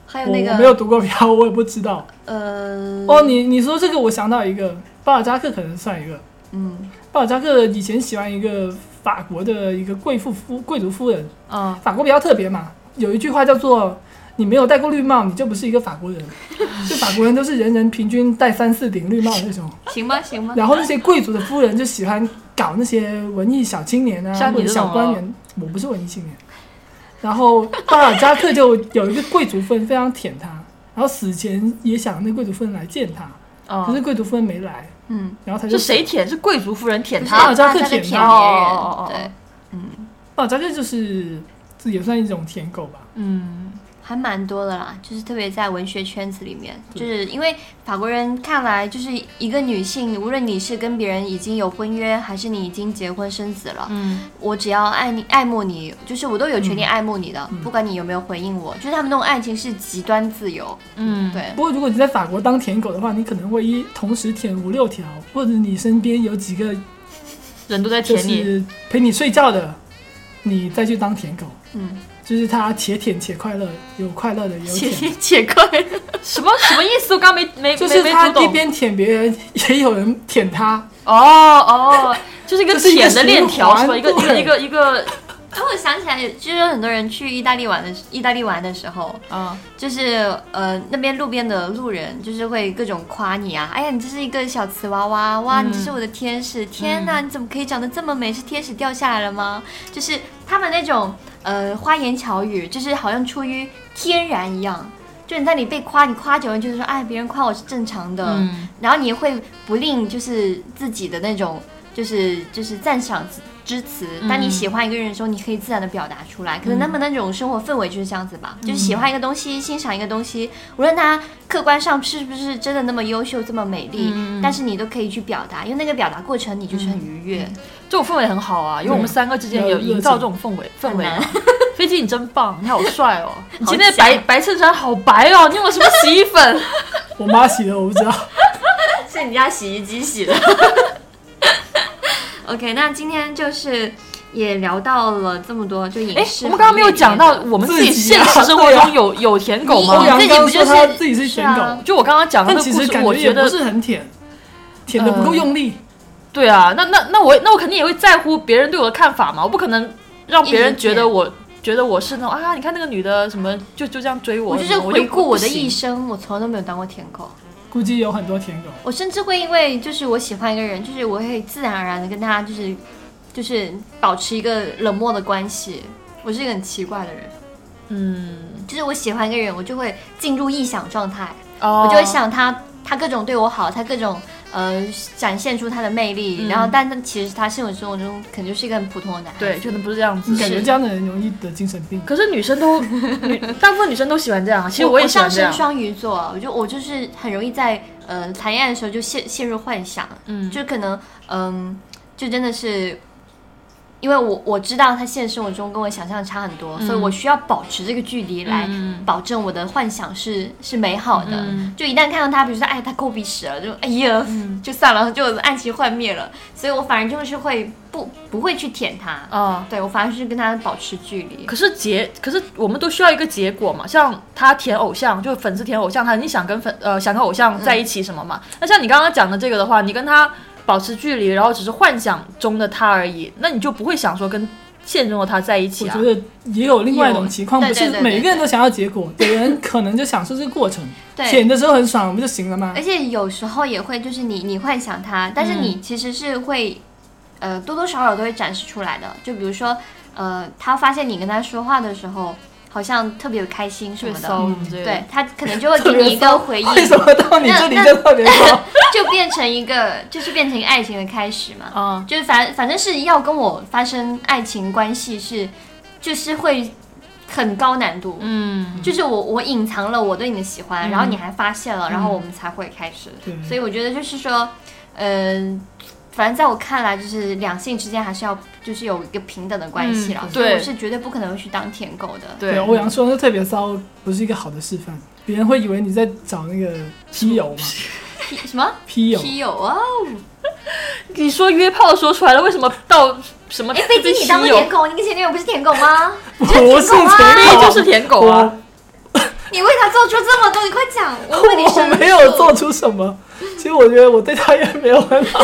Speaker 2: 还有
Speaker 3: 我
Speaker 2: 那
Speaker 3: 我没有
Speaker 2: 个
Speaker 3: 读过飘，我也不知道。
Speaker 2: 呃
Speaker 1: 嗯
Speaker 3: 哦，你你说这个，我想到一个，巴尔扎克可能算一个。
Speaker 2: 嗯
Speaker 3: 巴尔扎克以前喜欢一个法国的一个贵妇夫贵族夫人，
Speaker 1: 嗯，
Speaker 3: 法国比较特别嘛，有一句话叫做“你没有戴过绿帽，你就不是一个法国人”， 就法国人都是人人平均戴三四顶绿帽那种。
Speaker 2: 行吧行吧，
Speaker 3: 然后那些贵族的夫人就喜欢搞那些文艺小青年啊，
Speaker 1: 像
Speaker 3: 或
Speaker 1: 你
Speaker 3: 者
Speaker 1: 这种
Speaker 3: 小官
Speaker 1: 哦
Speaker 3: 员。我不是文艺青年。然后巴尔扎克就有一个贵族夫人非常舔他，然后死前也想那贵族夫人来见他，可是
Speaker 1: 嗯，
Speaker 3: 贵族夫人没来，
Speaker 2: 嗯，
Speaker 3: 然后他就是
Speaker 1: 谁舔？是贵族夫人舔
Speaker 2: 不是啊
Speaker 1: 他？
Speaker 3: 巴尔扎
Speaker 2: 大
Speaker 3: 克
Speaker 2: 家在
Speaker 3: 舔
Speaker 2: 舔别
Speaker 3: 他
Speaker 1: 哦哦哦
Speaker 2: 人，对，
Speaker 3: 巴尔扎克就是这也算一种舔狗吧。
Speaker 1: 嗯，
Speaker 2: 还蛮多的啦，就是特别在文学圈子里面，就是因为法国人看来，就是一个女性，无论你是跟别人已经有婚约，还是你已经结婚生子了，
Speaker 1: 嗯，
Speaker 2: 我只要爱你爱慕你，就是我都有权利爱慕你
Speaker 1: 嗯
Speaker 2: 的，不管你有没有回应我，就是他们那种爱情是极端自由，
Speaker 1: 嗯，
Speaker 2: 对，
Speaker 3: 不过如果你在法国当舔狗的话，你可能会一同时舔五六条，或者你身边有几个
Speaker 1: 人都在
Speaker 3: 就
Speaker 1: 舔你。
Speaker 3: 是陪你睡觉的，你再去当舔狗，
Speaker 2: 嗯，
Speaker 3: 就是他且舔且快乐，有快 乐的也有
Speaker 2: 且
Speaker 3: 舔。
Speaker 2: 行且快乐，
Speaker 1: 什么什么意思？我刚没没
Speaker 3: 就
Speaker 1: 没
Speaker 3: 是
Speaker 1: 没
Speaker 3: 他
Speaker 1: 读
Speaker 3: 一
Speaker 1: 懂。
Speaker 3: 边舔别人，也有人舔他。
Speaker 1: 哦哦，就是一个
Speaker 3: 就是一个
Speaker 1: 舔的链条
Speaker 3: 循环
Speaker 1: 是吧？一个一个
Speaker 3: 对
Speaker 1: 一个一个，
Speaker 2: 然后我想起来，就是有很多人去意大利玩的意大利玩的时候，
Speaker 1: 嗯，
Speaker 2: 就是呃，那边路边的路人就是会各种夸你啊，哎呀，你这是一个小瓷娃娃，哇，
Speaker 1: 嗯
Speaker 2: 你这是我的天使，天呐，你怎么可以长得这么美？是天使掉下来了吗？就是他们那种呃花言巧语，就是好像出于天然一样，就你在你被夸，你夸久了，你就是说，哎，别人夸我是正常的，
Speaker 1: 嗯
Speaker 2: 然后你会不吝就是自己的那种，就是就是赞赏之之词。当你
Speaker 1: 嗯
Speaker 2: 喜欢一个人的时候，你可以自然的表达出来。可能他们那种生活氛围就是这样子吧，
Speaker 1: 嗯
Speaker 2: 就是喜欢一个东西，欣赏一个东西，无论他客观上是不是真的那么优秀、这么美丽，
Speaker 1: 嗯嗯
Speaker 2: 但是你都可以去表达，因为那个表达过程你就是很愉悦。
Speaker 1: 这种氛围很好啊，因为我们三个之间也有营造这种氛围氛围啊。 飞机，你真棒，你好帅哦！你今天的白白衬衫好白哦，你用了什么洗衣粉？
Speaker 3: 我妈洗的，我 不知道。
Speaker 2: 是你家洗衣机洗的。OK，那今天就是也聊到了这么多，就
Speaker 1: 哎
Speaker 2: 影，视。
Speaker 1: 我们刚刚没有讲到我们自己
Speaker 3: 自己啊
Speaker 1: 现实生活中有有舔狗
Speaker 2: 哦
Speaker 3: 欧
Speaker 1: 吗
Speaker 2: 你？
Speaker 3: 阳
Speaker 2: 自己
Speaker 3: 刚
Speaker 2: 不
Speaker 3: 说
Speaker 2: 就是
Speaker 3: 他自己是舔
Speaker 2: 是
Speaker 3: 狗，
Speaker 2: 啊
Speaker 1: 就我刚刚讲的
Speaker 3: 但
Speaker 1: 那
Speaker 3: 其
Speaker 1: 个故
Speaker 3: 实
Speaker 1: 事，
Speaker 3: 感
Speaker 1: 我
Speaker 3: 也
Speaker 1: 觉
Speaker 3: 不
Speaker 1: 得
Speaker 3: 是很舔，舔的不够用力。
Speaker 1: 对啊，那那那我那我肯定也会在乎别人对我的看法嘛，我不可能让别人觉得我觉得我是那种啊，你看那个女的什么就就这样追我，
Speaker 2: 我就是
Speaker 1: 什么我
Speaker 2: 回顾我的一
Speaker 1: 意识。
Speaker 2: 生，我从来都没有当过舔狗。
Speaker 1: 呃
Speaker 3: 估计有很多舔狗。
Speaker 2: 我甚至会因为就是我喜欢一个人，就是我会自然而然的跟他就是就是保持一个冷漠的关系。我是一个很奇怪的人，
Speaker 1: 嗯，
Speaker 2: 就是我喜欢一个人，我就会进入臆想状态，
Speaker 1: 哦
Speaker 2: 我就会想他，他各种对我好，他各种呃展现出他的魅力，
Speaker 1: 嗯
Speaker 2: 然后但但其实他现实生活中可能就是一个很普通的男孩。
Speaker 1: 哦对，，可能不是这样子。
Speaker 3: 感觉
Speaker 2: 是
Speaker 3: 这样的人容易得精神病。
Speaker 1: 可是女生 都女，大部分女生都喜欢这样啊。其实
Speaker 2: 我
Speaker 1: 也
Speaker 2: 我
Speaker 1: 喜欢
Speaker 2: 上
Speaker 1: 这
Speaker 2: 升
Speaker 1: 样。
Speaker 2: 双鱼座，我就我就是很容易在呃谈恋爱的时候就陷陷入幻想，
Speaker 1: 嗯
Speaker 2: 就可能嗯、就真的是因为我我知道他现实生活中跟我想象差很多，所以
Speaker 1: 嗯
Speaker 2: 我需要保持这个距离来保证我的幻想是是美好的。
Speaker 1: 嗯
Speaker 2: 就一旦看到他，比如说哎他抠鼻屎了，就哎呀、就算了，就暗其幻灭了。所以我反而就是会不不会去舔他，
Speaker 1: 啊。
Speaker 2: 对我反而是跟他保持距离。
Speaker 1: 可是结，可是我们都需要一个结果嘛。像他舔偶像，就粉丝舔偶像，他肯定想跟粉呃想跟偶像在一起什么嘛。
Speaker 2: 嗯
Speaker 1: 那像你刚刚讲的这个的话，你跟他保持距离，然后只是幻想中的他而已，那你就不会想说跟现中的他在一起
Speaker 3: 我
Speaker 1: 啊
Speaker 3: 觉。得也有另外一种情况，
Speaker 2: 有
Speaker 3: 不
Speaker 2: 对对
Speaker 3: 是
Speaker 2: 对
Speaker 3: 每个人都想要结果，有人可能就享受这个过程，
Speaker 2: 对哎
Speaker 3: 舔的时候很爽不就行了吗
Speaker 2: 而？且有时候也会，就是你你幻想他，但是你其实是会，呃，多多少少都会展示出来的。就比如说，呃，他发现你跟他说话的时候，好像特别开心什
Speaker 1: 特别
Speaker 2: 么
Speaker 1: 骚
Speaker 2: 的，
Speaker 1: 之类的，嗯
Speaker 2: 对他可能就会
Speaker 3: 特
Speaker 2: 给
Speaker 3: 别
Speaker 2: 你一个
Speaker 3: 骚
Speaker 2: 回应，
Speaker 3: 为什么到你这里就特 别高？
Speaker 2: 就变成一个，就是变成一个爱情的开始嘛。
Speaker 1: 啊、
Speaker 2: 就是反反正是要跟我发生爱情关系是，就是会很高难度。
Speaker 1: 嗯，
Speaker 2: 就是我我隐藏了我对你的喜欢，然后你还发现了，然后我们才会开始。
Speaker 3: 对
Speaker 2: 所以我觉得就是说，嗯、反正在我看来，就是两性之间还是要就是有一个平等的关系了。
Speaker 1: 嗯
Speaker 2: 所以
Speaker 1: 对
Speaker 2: 我是绝对不可能会去当舔狗的。
Speaker 1: 对，
Speaker 3: 啊欧阳说那特别骚不是一个好的示范，别人会以为你在找那个 P 友嘛
Speaker 2: 劈什么
Speaker 3: ，P 友。
Speaker 2: 劈友啊？
Speaker 1: 你说约炮说出来了，为什么到什么
Speaker 2: 哎，飞机，你当过
Speaker 1: 有
Speaker 2: 舔啊狗？你跟前女友不是舔狗吗？
Speaker 3: 不是舔狗，
Speaker 1: 哎就是舔狗啊！
Speaker 2: 你为他做出这么多，你快讲！我为你
Speaker 3: 我
Speaker 2: 申
Speaker 3: 我
Speaker 2: 诉。
Speaker 3: 没有做出什么，其实我觉得我对他也没有很好，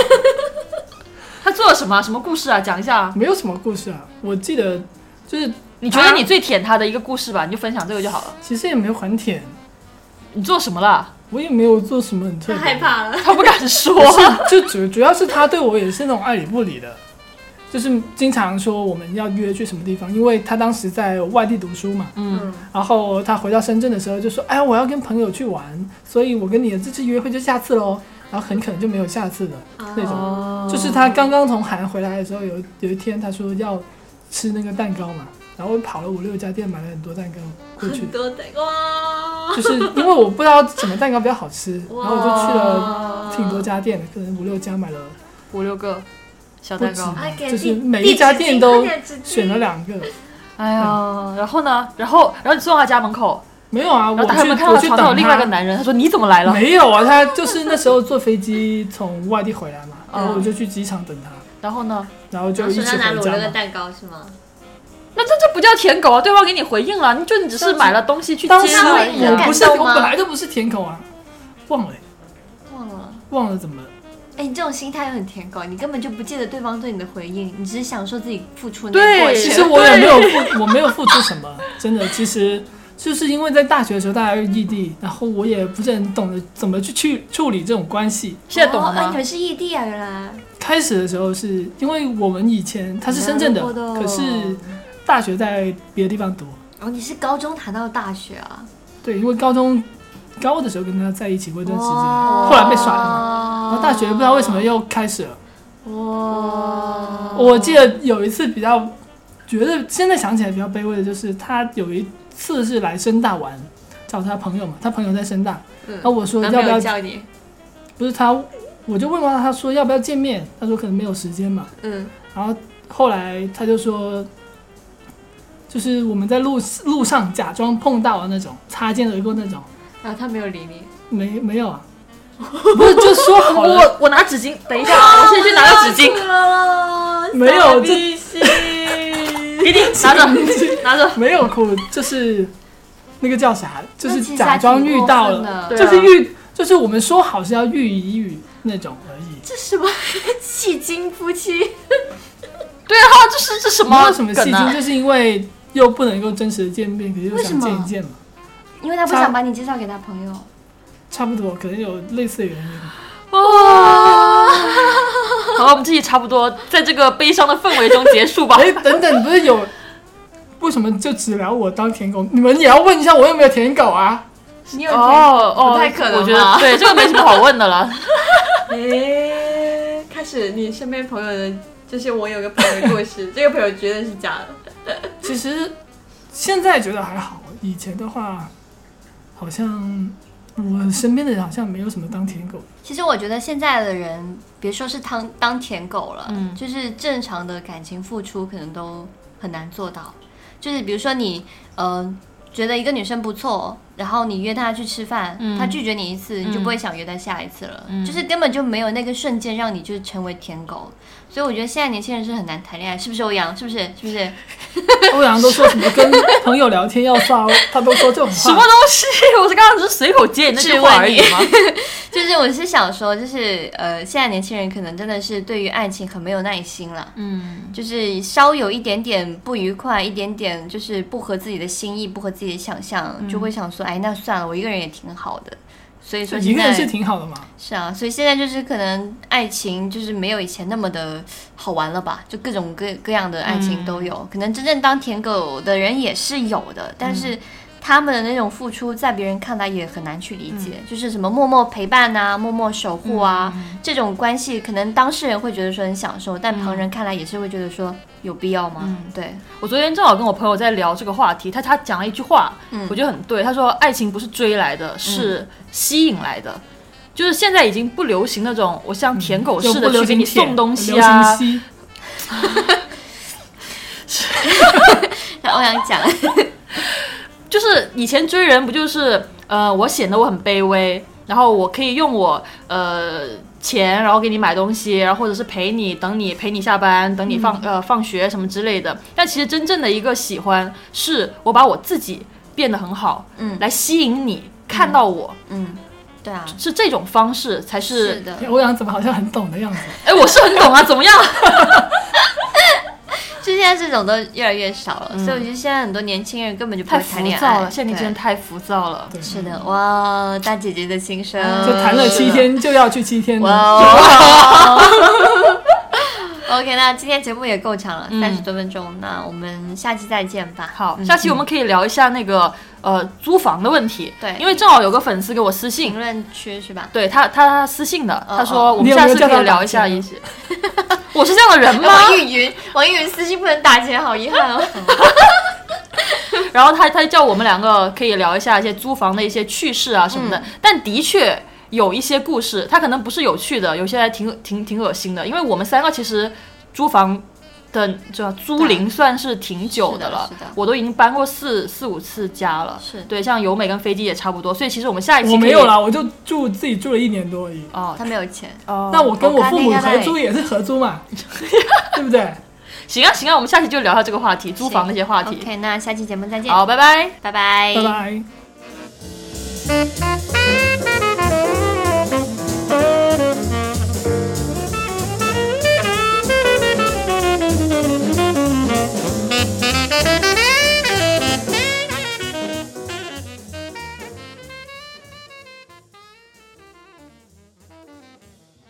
Speaker 1: 他做了什么？什么故事啊？讲一下啊。
Speaker 3: 没有什么故事啊。我记得就是
Speaker 1: 你觉得你最舔他的一个故事吧，你就分享这个就好了。
Speaker 3: 其实也没有很舔，
Speaker 1: 你做什么 了？
Speaker 3: 我也没有做什么很特
Speaker 2: 他
Speaker 3: 别。
Speaker 2: 害怕了。
Speaker 1: 他不敢说。
Speaker 3: 就主主要是他对我也是那种爱理不理的，就是经常说我们要约去什么地方，因为他当时在外地读书嘛，
Speaker 1: 嗯，
Speaker 3: 然后他回到深圳的时候就说，哎，我要跟朋友去玩，所以我跟你的这次约会就下次喽，然后很可能就没有下次了那种。
Speaker 1: 哦
Speaker 3: 就是他刚刚从韩回来的时候，有有一天他说要吃那个蛋糕嘛，然后跑了五六家店买了很多蛋糕过去
Speaker 2: 很，多的哇，
Speaker 3: 就是因为我不知道什么蛋糕比较好吃， 然后我就去了
Speaker 2: 哇
Speaker 3: 挺多家店的，可能五六家买了。
Speaker 1: 五六个小蛋糕
Speaker 3: 不。
Speaker 2: 哎给
Speaker 3: 就是
Speaker 2: 地
Speaker 3: 每一家店都
Speaker 2: 地址地址
Speaker 3: 选了两个，
Speaker 1: 哎呀，然后呢？然后，然后你送到他家门口，
Speaker 3: 没有啊，我
Speaker 1: 然后他
Speaker 3: 去
Speaker 1: 还没看到
Speaker 3: 我去
Speaker 1: 床上有
Speaker 3: 等
Speaker 1: 另外一个男人，他说你怎么来了？
Speaker 3: 没有啊，他就是那时候坐飞机从外地回来 嘛，然后我就去机场等他，
Speaker 1: 嗯然后呢？
Speaker 3: 然后就一起
Speaker 2: 手上拿
Speaker 3: 回
Speaker 2: 了
Speaker 3: 家
Speaker 2: 我那个
Speaker 3: 嘛。
Speaker 2: 蛋糕是吗？
Speaker 1: 那这这不叫舔狗啊！对方给你回应了，你就你只是买了东西去接
Speaker 3: 当时
Speaker 1: 而已
Speaker 3: 我
Speaker 1: 啊。
Speaker 3: 不是，
Speaker 2: 你感动
Speaker 3: 我
Speaker 2: 吗
Speaker 3: 本来就不是舔狗啊，忘了欸
Speaker 2: 忘了。
Speaker 3: 忘了怎么了，
Speaker 2: 哎，你这种心态又很舔狗，你根本就不记得对方对你的回应，你只是享受自己付出的那个过
Speaker 1: 对
Speaker 3: 其
Speaker 2: 程。
Speaker 3: 实我也没有付，我没有付出什么，真的，其实。就是因为在大学的时候，大家又异地，然后我也不是很懂得怎么去去处理这种关系。
Speaker 1: 现在懂了
Speaker 2: 哦哎你
Speaker 1: 吗？
Speaker 2: 们是异地啊，原来。
Speaker 3: 开始的时候是因为我们以前他是深圳的
Speaker 2: 难过的，哦
Speaker 3: 可是大学在别的地方读。
Speaker 2: 哦，你是高中谈到大学啊？
Speaker 3: 对，因为高中高的时候跟他在一起过一段时间，
Speaker 2: 哇哦
Speaker 3: 后来被甩了嘛。
Speaker 2: 嘛
Speaker 3: 然后大学不知道为什么。又开始了。
Speaker 2: 哇。
Speaker 3: 我记得有一次比较，觉得现在想起来比较卑微的就是他有一次是来深大玩，找他朋友嘛，他朋友在深大，
Speaker 2: 嗯
Speaker 3: 然后我说
Speaker 2: 男
Speaker 3: 要
Speaker 2: 朋
Speaker 3: 不
Speaker 2: 友
Speaker 3: 要，
Speaker 2: 叫你？
Speaker 3: 不是他，我就问过他，他说要不要见面，他说可能没有时间嘛。
Speaker 2: 嗯。
Speaker 3: 然后后来他就说，就是我们在路路上假装碰到的那种，擦肩而过那种，
Speaker 2: 然啊后他没有理你。
Speaker 3: 没没有啊，不是就说 好了，
Speaker 1: 我我拿纸巾，等一 下，我现在去拿个纸 巾，
Speaker 3: 没有就
Speaker 1: 给你拿着，拿着。
Speaker 3: 没有哭，就是那个叫啥，就
Speaker 2: 那
Speaker 3: 是
Speaker 2: 其实
Speaker 3: 假装遇到
Speaker 2: 还挺过
Speaker 3: 了，
Speaker 2: 分的
Speaker 1: 对啊
Speaker 3: 就是遇，就是我们说好是要遇一遇那种而已。
Speaker 2: 这什么 戏精夫妻？
Speaker 1: 对啊，这是这什
Speaker 3: 没
Speaker 1: 么
Speaker 3: 有什么戏
Speaker 1: 梗
Speaker 3: 精，
Speaker 1: 啊？
Speaker 3: 就是因为又不能够真实的见面，可是又
Speaker 2: 为什
Speaker 3: 想
Speaker 2: 么
Speaker 3: 见一见嘛，
Speaker 2: 因为他不
Speaker 3: 他
Speaker 2: 想把你介绍给他朋友。
Speaker 3: 差不多，可能有类似的原因。
Speaker 1: 哇！好了，我们这期差不多在这个悲伤的氛围中结束吧。
Speaker 3: 哎，等等，你不是有为什么就只聊我当舔狗？你们也要问一下我有没有舔狗啊？
Speaker 2: 你有
Speaker 1: 哦哦，
Speaker 2: 不太可能吧啊
Speaker 1: 我觉得对这个没什么好问的 了。
Speaker 2: 诶，哎开始你身边朋友的，就是我有个朋友的故事，这个朋友绝对是假的。
Speaker 3: 其实现在觉得还好，以前的话好像我身边的人好像没有什么当舔狗的，
Speaker 2: 其实我觉得现在的人，别说是当当舔狗了，
Speaker 1: 嗯
Speaker 2: 就是正常的感情付出可能都很难做到。就是比如说你，呃，觉得一个女生不错，然后你约她去吃饭，
Speaker 1: 嗯
Speaker 2: 她拒绝你一次，你就
Speaker 1: 嗯
Speaker 2: 不会想约她下一次了，
Speaker 1: 嗯
Speaker 2: 就是根本就没有那个瞬间让你就成为舔狗。所以我觉得现在年轻人是很难谈恋爱，是不是欧阳？是不是？是不是？
Speaker 3: 欧阳都说什么跟朋友聊天要骚，他都说这种
Speaker 1: 什么
Speaker 3: 话。
Speaker 1: 东西？我是刚刚只是随口接你那句话而已吗？
Speaker 2: 就是我是想说，就是呃，现在年轻人可能真的是对于爱情很没有耐心了。
Speaker 1: 嗯，
Speaker 2: 就是稍有一点点不愉快，一点点就是不合自己的心意，不合自己的想象，
Speaker 3: 嗯
Speaker 2: 就会想说，哎，那算了，我一个人也挺好的。所以说
Speaker 3: 一
Speaker 2: 现
Speaker 3: 个
Speaker 2: 在
Speaker 3: 人是挺好的嘛，
Speaker 2: 是啊，所以现在就是可能爱情就是没有以前那么的好玩了吧，就各种各各样的爱情都有，可能真正当舔狗的人也是有的，但是。他们的那种付出，在别人看来也很难去理解，就是什么默默陪伴啊、默默守护啊、这种关系，可能当事人会觉得说很享受，但旁人看来也是会觉得说有必要吗？对，
Speaker 1: 我昨天正好跟我朋友在聊这个话题，他他讲了一句话，
Speaker 2: 嗯
Speaker 1: 我觉得很对。他说，爱情不是追来的，
Speaker 3: 嗯
Speaker 1: 是吸引来的。就是现在已经不流行那种我像舔狗
Speaker 3: 就
Speaker 1: 似
Speaker 3: 不
Speaker 1: 的
Speaker 3: 流
Speaker 1: 去给你
Speaker 3: 行舔
Speaker 1: 送东西
Speaker 3: 流行
Speaker 1: 啊，
Speaker 3: 吸
Speaker 2: 让欧阳讲，
Speaker 1: 就是以前追人不就是呃，我显得我很卑微，然后我可以用我呃钱，然后给你买东西，然后或者是陪你，等你陪你下班，等你放、
Speaker 3: 嗯
Speaker 1: 呃放学什么之类的。但其实真正的一个喜欢，是我把我自己变得很好，
Speaker 2: 嗯
Speaker 1: 来吸引你看到我，
Speaker 2: 嗯， 对啊，
Speaker 1: 是这种方式才
Speaker 2: 是
Speaker 1: 是。
Speaker 2: 的，
Speaker 3: 欧阳怎么好像很懂的样子？
Speaker 1: 哎，我是很懂 啊，怎么样？
Speaker 2: 就现在这种都越来越少了，所以我觉得现在很多年轻人根本就
Speaker 1: 嗯
Speaker 2: 不
Speaker 1: 太
Speaker 2: 会
Speaker 1: 浮
Speaker 2: 谈恋
Speaker 1: 躁
Speaker 2: 爱。
Speaker 1: 了，现在年轻人
Speaker 2: 对
Speaker 1: 太浮躁了。嗯
Speaker 3: 对，
Speaker 2: 是的，哇，大姐姐的心声，
Speaker 3: 就谈了七，天就要去七天
Speaker 2: 哇
Speaker 3: 的，
Speaker 2: 哦。OK，那今天节目也够长了，三十多分钟，那我们下期再见吧。
Speaker 1: 嗯好，下期我们可以聊一下那个呃租房的问题，
Speaker 2: 对
Speaker 1: 因为正好有个粉丝给我私信
Speaker 2: 评，论区是吧？
Speaker 1: 对他，他他私信的，
Speaker 2: 哦
Speaker 1: 他说我们
Speaker 3: 你有
Speaker 1: 下
Speaker 3: 没有
Speaker 1: 次
Speaker 3: 叫
Speaker 1: 可
Speaker 3: 他
Speaker 1: 以聊
Speaker 3: 打
Speaker 1: 一下
Speaker 3: 钱
Speaker 1: 一些。 我是这样的人
Speaker 2: 哎
Speaker 1: 吗？嗯
Speaker 2: 网易云，网易云私信不能打钱，好遗憾哦。
Speaker 1: 然后他他叫我们两个可以聊一下一些租房的一些趣事啊什么的，
Speaker 2: 嗯
Speaker 1: 但的确有一些故事，它可能不是有趣的，有些还挺挺挺恶心的，因为我们三个其实租房。的这租龄算是挺久了，
Speaker 2: 是的是的
Speaker 1: 我都已经搬过四四五次家了。
Speaker 2: 是
Speaker 1: 对，像由美跟飞机也差不多，所以其实我们下一期
Speaker 3: 我
Speaker 1: 可
Speaker 3: 没
Speaker 1: 以
Speaker 3: 有啦，我就住自己住了一年多而已。
Speaker 1: 哦
Speaker 2: 他没有钱，
Speaker 1: 哦，
Speaker 3: 那我跟我父母合租也是合租嘛， 对不对？
Speaker 1: 行啊行啊，我们下期就聊一下这个话题，租房那些话题。
Speaker 2: OK，那下期节目再见，
Speaker 1: 好，拜拜。
Speaker 2: 拜拜，
Speaker 3: 拜拜。
Speaker 4: thank